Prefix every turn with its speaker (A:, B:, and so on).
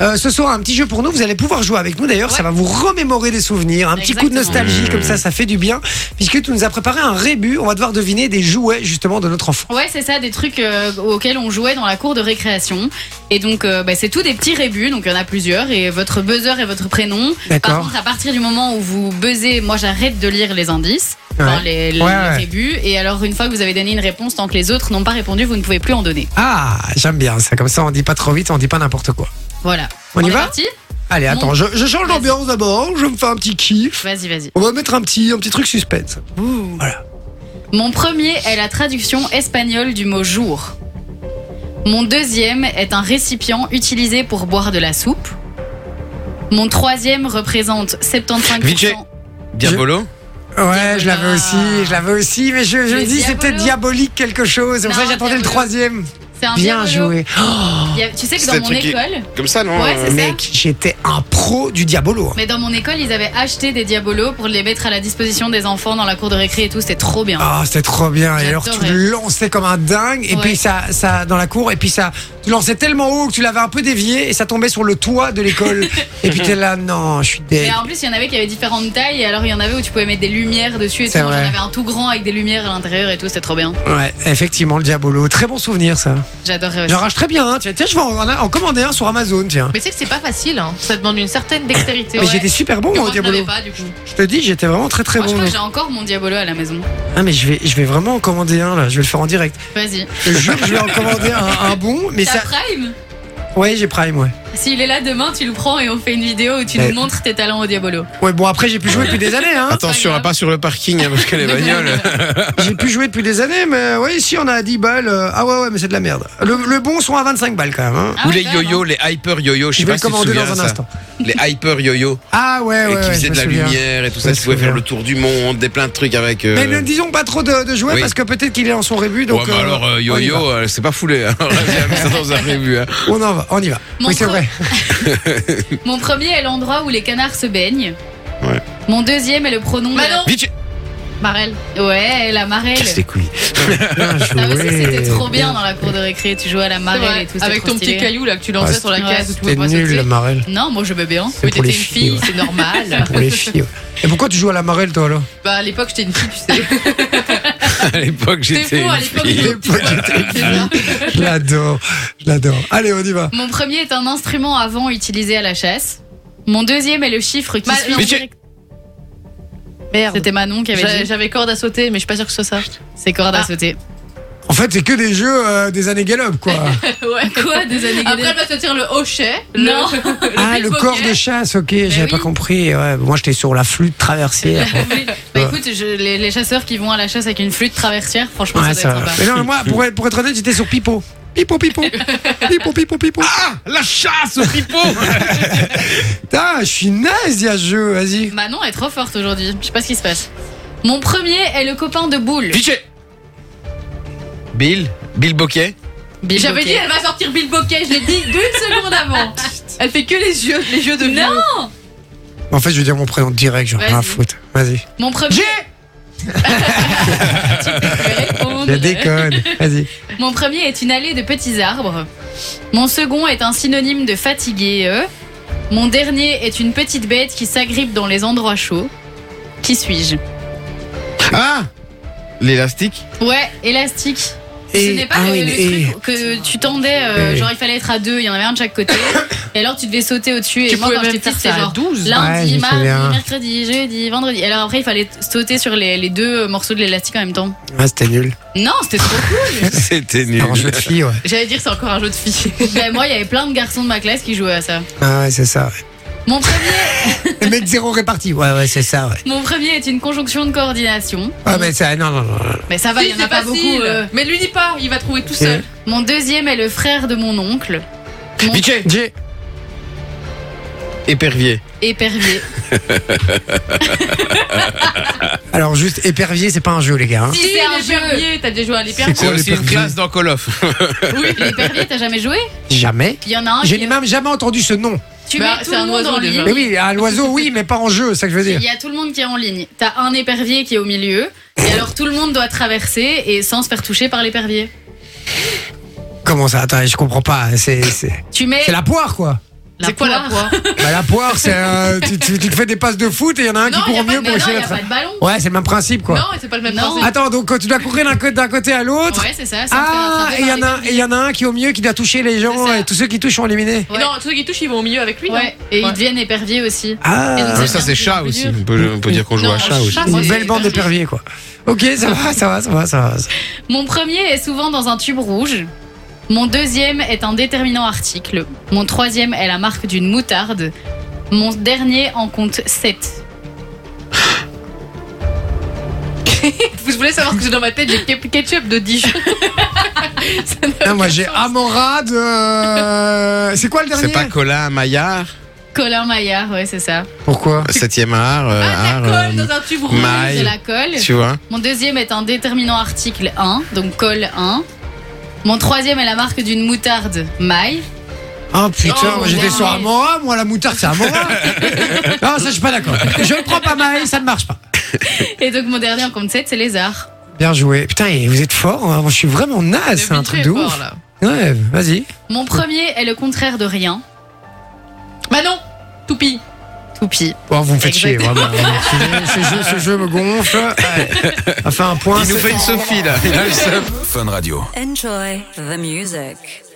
A: Euh, ce soir, un petit jeu pour nous. Vous allez pouvoir jouer avec nous. D'ailleurs, ça va vous remémorer des souvenirs. Un petit coup de
B: Exactement.
A: nostalgie, comme ça, ça fait du bien. Puisque tu nous as préparé un rébut. On va devoir deviner des jouets, justement, de notre enfant.
B: Ouais, c'est ça, des trucs euh, auxquels on jouait dans la cour de récréation. Et donc, euh, bah, c'est tout des petits rébus, donc il y en a plusieurs, et votre buzzer et votre prénom.
A: D'accord.
B: Par contre, à partir du moment où vous buzzez, moi j'arrête de lire les indices, enfin,
A: Ouais.
B: les, les-
A: Ouais,
B: les
A: ouais.
B: rébus, et alors une fois que vous avez donné une réponse, tant que les autres n'ont pas répondu, vous ne pouvez plus en donner.
A: Ah, j'aime bien ça. Comme ça, on dit pas trop vite, on dit pas n'importe quoi.
B: Voilà.
A: On y
B: est
A: va
B: parti
A: Allez, attends,
B: Bon.
A: je, je change
B: Vas-y.
A: d'ambiance d'abord. Je me fais un petit kiff.
B: Vas-y, vas-y.
A: On va mettre un petit, un petit truc suspense. Voilà.
B: Mon premier est la traduction espagnole du mot jour. Mon deuxième est un récipient utilisé pour boire de la soupe. Mon troisième représente 75%.
C: Vinci. Diabolo
A: Ouais, je
B: Diabola.
A: l'avais aussi, je l'avais aussi, mais je, je
B: Le
A: me dis c'est peut-être
B: diabolo.
A: diabolique quelque chose. C'est pour
B: Non,
A: ça que j'attendais le
B: diabolo.
A: troisième.
B: C'est un
A: Bien
B: diabolo.
A: joué.
B: Il y a- tu sais que
C: C'est
B: dans
C: un
B: mon
C: truc qui-
B: école,
C: Comme ça, non
B: Ouais,
C: euh,
B: c'est ça.
A: Mec, j'étais un pro du diabolo. hein.
B: mais dans mon école, ils avaient acheté des diabolos pour les mettre à la disposition des enfants dans la cour de récré et tout. C'était trop bien.
A: Ah, c'était trop bien. Et alors, tu
B: J'adorais.
A: le lançais comme un dingue, et
B: Ouais.
A: puis ça, ça, dans la cour, et puis ça, tu lançais tellement haut que tu l'avais un peu dévié, et ça tombait sur le toit de l'école. et puis t'es là, non, je suis dead.
B: Mais en plus, il y en avait qui avaient différentes tailles. Et alors, il y en avait où tu pouvais mettre des lumières dessus. Et tout.
A: C'est
B: J'en
A: vrai.
B: avais un tout grand avec des lumières à l'intérieur et tout. C'était trop bien.
A: Ouais, effectivement, le diabolo. Très bon souvenir, ça.
B: J'adorais aussi.
A: J'arrache très bien, hein. Tiens, tiens, je vais en, en commander un sur Amazon, tiens.
D: Mais tu sais que c'est pas facile, hein. ça demande une certaine dextérité.
A: Mais
D: Ouais.
A: j'étais super bon,
B: Et
A: moi,
B: moi,
A: au
B: je l'avais
A: diabolo.
B: pas, du coup.
A: Je te dis, j'étais vraiment très très
B: Moi, je
A: bon.
B: crois que j'ai encore mon diabolo à la maison.
A: Ah, mais je vais, je vais vraiment en commander un, là. Je vais le faire en direct.
B: Vas-y.
A: Je te jure que je vais en commander un, un bon, mais
B: T'as
A: ça.
B: Prime
A: Ouais, j'ai Prime, ouais.
B: S'il est là demain, tu le prends et on fait une vidéo où tu
A: Ouais.
B: nous montres tes talents au diabolo.
A: Ouais, bon, après, j'ai pu jouer depuis des années, hein.
C: Attention,
B: Pas
C: à
B: grave.
C: pas sur le parking, hein, parce que les bagnoles.
A: Ah J'ai pu jouer depuis des années, mais ouais, ici on a à 10 balles. euh, Ah ouais, ouais, mais c'est de la merde. Le, le bon sont à 25 balles quand même. Hein.
B: Ah
C: Ou
B: ouais,
C: les
B: quand même,
C: yo-yo, les hyper yo-yo, je sais
A: je vais
C: pas
A: le
C: si tu te
A: commander
C: souviens
A: dans un
C: ça.
A: instant.
C: Les hyper yo-yo,
A: Ah ouais, ouais,
C: et qui
A: ouais, je
C: faisaient
A: me
C: de la
A: souviens.
C: lumière et tout
A: Je
C: ça,
A: me
C: tu pouvais faire
A: souviens.
C: le tour du monde, des plein de trucs avec. euh,
A: Mais ne disons pas trop de, de jouets
C: Oui.
A: parce que peut-être qu'il est en son rébut. Donc
C: ouais, mais
A: euh,
C: alors, euh,
A: on y
C: yo-yo,
A: va.
C: euh, c'est pas foulé. hein. J'ai mis ça dans un revue. hein.
A: on, en va, on y va.
B: Mon
A: oui, c'est
B: pre-
A: vrai.
B: Mon premier est l'endroit où les canards se baignent.
C: Ouais.
B: Mon deuxième est le pronom.
D: Manon
C: Vite,
D: Marel.
B: Ouais, la marelle.
C: casse les couilles.
A: Bien
B: Ah, mais ça, c'était
A: joué.
B: trop bien dans la cour de récré. Tu jouais à la
D: C'est
B: marelle
D: vrai,
B: et tout. c'était
D: Avec
B: trop
D: ton
B: stylé.
D: petit caillou là que tu
A: Ah,
D: lançais sur la
B: c'était-
D: case où tu pouvais
A: C'était
D: pas
A: nul, la
D: sauter.
A: marelle.
B: Non, moi je veux bien.
A: C'est
D: Oui,
A: pour
D: t'étais
A: les
D: une
A: filles,
D: fille,
A: ouais.
D: c'est normal.
A: Pour les filles. ouais. Et pourquoi tu joues à la marelle, toi, là
D: Bah à l'époque j'étais une fille, tu sais.
C: À l'époque, j'étais
D: fou, à
C: une
D: l'époque,
C: fille.
D: j'étais- C'est ça.
A: Je l'adore. Je l'adore. Allez, on y va.
B: Mon premier est un instrument à vent utilisé à la chasse. Mon deuxième est le chiffre qui
D: Ma-
B: suit.
D: non,
C: Mais tu-
D: direct. Merde.
B: C'était Manon qui avait
D: J'a-
B: dit.
D: J'avais corde à sauter, mais je suis pas sûre que ce soit ça.
B: C'est corde à
D: Ah.
B: sauter.
A: En fait, c'est que des jeux euh, des années Gallup, quoi.
D: ouais.
B: Quoi, des années
D: Après, elle va te dire le hochet. le-
B: Non.
D: le
A: Ah, le
D: pickpocket.
A: corps de chasse, ok,
C: Bah
A: j'avais
D: oui.
A: pas compris. Ouais, moi, j'étais sur la flûte traversière.
B: Oui. Bah écoute, je- les, les chasseurs qui vont à la chasse avec une flûte traversière, franchement,
A: Ouais,
B: ça doit
A: ça-
B: être sympa.
A: Mais non, mais moi, pour être, pour être honnête, j'étais sur Pipo. Pipo, Pipo. Pipo, Pipo, Pipo.
C: Ah, la chasse au pipeau
A: Putain, Ah, je suis naze à ce jeu, vas-y.
B: Manon est trop forte aujourd'hui. Je sais pas ce qui se passe. Mon premier est le copain de Boule.
C: Vite Bill Bill Boquet
B: Bill
D: J'avais
B: Bokeh.
D: dit, elle va sortir Bill Bokeh, je l'ai dit d'une seconde avant. Elle fait que les yeux, les yeux de
B: Non.
D: vieux.
A: En fait, je vais dire mon prénom direct, j'en ai rien à
B: Vas-y.
A: foutre. Vas-y.
B: Mon premier.
A: J'ai Je
B: J'ai
A: déconne. Vas-y.
B: Mon premier est une allée de petits arbres. Mon second est un synonyme de fatigué. euh. Mon dernier est une petite bête qui s'agrippe dans les endroits chauds. Qui suis-je
C: Ah L'élastique
B: Ouais, élastique. Ce n'est pas
A: ah
B: le,
A: oui, Eh.
B: le
A: et-
B: truc que tu tendais, euh,
A: Et-
B: genre il fallait être à deux, il y en avait un de chaque côté, et alors tu devais sauter au-dessus. Et
D: Tu
B: moi
D: pouvais
B: quand
D: même
B: j'étais
D: faire
B: petite,
D: ça
B: c'était
D: à
B: genre
D: 12.
A: Ouais, je
B: lundi,
A: me souviens.
B: mardi, mercredi, jeudi, vendredi. Et alors après il fallait sauter sur les, les deux morceaux de l'élastique en même temps.
A: Ouais, ah, c'était nul.
B: Non, c'était trop cool.
C: C'était nul.
A: Alors, jeu de filles, ouais.
D: J'allais dire, c'est encore un jeu de filles.
B: Ben, moi il y avait plein de garçons de ma classe qui jouaient à ça.
A: Ah, ouais, c'est ça.
B: Mon premier,
A: Le mec zéro réparti. Ouais, ouais, c'est ça, ouais.
B: mon premier est une conjonction de coordination.
A: Ah, mais ça, non, non, non. non.
B: Mais ça va, il y en
D: Si,
B: a
D: c'est
B: pas
D: facile.
B: beaucoup. euh.
D: Mais lui dis pas, il va trouver tout seul.
B: Mon deuxième est le frère de mon oncle, Mon-
C: Vite
A: J'ai.
C: Épervier.
B: épervier.
A: Alors, juste épervier, c'est pas un jeu, les gars. hein.
D: Si,
B: C'est un
D: les
B: jeu.
D: perviers, t'as déjà joué à l'hyper.
A: C'est
C: C'est
A: quoi
C: aussi une
A: l'épervier
C: classe dans Call of.
B: L'épervier, t'as jamais joué
A: Jamais.
B: Il y en a un
A: Je
B: qui
A: n'ai même jamais entendu ce nom.
B: Tu
D: Bah,
B: mets tout
D: c'est
B: le
D: un
B: monde
D: oiseau
B: en ligne.
D: déjà.
A: Mais oui, un oiseau, oui, mais pas en jeu, c'est ça que je veux dire.
B: Il y a tout le monde qui est en ligne. T'as un épervier qui est au milieu. Et alors tout le monde doit traverser et sans se faire toucher par l'épervier.
A: Comment ça Attends, je comprends pas. C'est c'est-
B: Tu mets
A: c'est la poire, quoi.
D: C'est quoi la poire
A: Bah, la poire, c'est un- tu, tu- tu te fais des passes de foot et il y en a un qui
D: Non, y a
A: court
D: pas de-
A: mieux
D: mais
A: pour
D: non,
A: essayer la
D: y a pas
A: trappe.
D: de ballon.
A: Ouais, c'est le même principe quoi.
D: Non, c'est pas le même
B: Non.
D: principe.
A: Attends, donc quand tu dois courir d'un côté, d'un côté à l'autre.
B: Ouais, c'est ça. ça me fait
A: Ah,
B: rattraper
A: et il y
B: par
A: en
B: les
A: a, et y en a un qui au milieu qui doit toucher les gens
D: C'est ça.
A: et tous ceux qui touchent sont éliminés.
D: Et Non, tous ceux qui touchent, ils vont au milieu avec lui.
B: couilles. Ouais, et ils
D: hein. Ouais.
B: deviennent éperviers aussi. Et
A: Ah,
B: donc,
C: Ah, ça, c'est chat aussi.
B: dur.
C: On peut, on peut dire qu'on joue
D: Non,
C: à chat aussi.
D: chat,
A: une
D: c'est-
A: belle bande d'éperviers quoi. Ok, ça va, ça va, ça va, ça va.
B: Mon premier est souvent dans un tube rouge. Mon deuxième est un déterminant article. Mon troisième est la marque d'une moutarde. Mon dernier en compte 7.
D: Vous voulez savoir que dans ma tête, j'ai ke- ketchup de Dijon.
A: Ah, moi j'ai Amorade. euh, C'est quoi le dernier
C: C'est pas Colin Maillard,
B: Colin Maillard, ouais, c'est ça.
A: Pourquoi
C: 7ème art, euh,
D: Ah,
C: art,
D: de la colle
C: euh,
D: dans un tube rouge.
C: ma- Aïe.
B: De la colle.
C: tu vois.
B: Mon deuxième est un déterminant article 1, donc colle 1. Mon troisième est la marque d'une moutarde, maille.
A: Ah putain,
D: Oh,
A: moi, j'étais
D: wow.
A: sur Amora, moi la moutarde c'est Amora. non, ça je suis pas d'accord. Je le prends pas mal, ça ne marche pas.
B: Et donc mon dernier en compte 7, c'est lézard.
A: Bien joué. Putain, et vous êtes fort. hein. Moi, je suis vraiment naze, c'est un truc de ouf. Ouais, vas-y.
B: Mon premier est le contraire de rien,
D: Bah non, toupie.
B: toupie.
A: Oh, vous me faites chier,
B: Exactement.
A: vraiment. ce, jeu, ce jeu- ce jeu me gonfle. Ouais. Enfin, un point.
C: Il nous
A: c'est-
C: fait une Sophie là. Il a le seum.
E: Enjoy the music.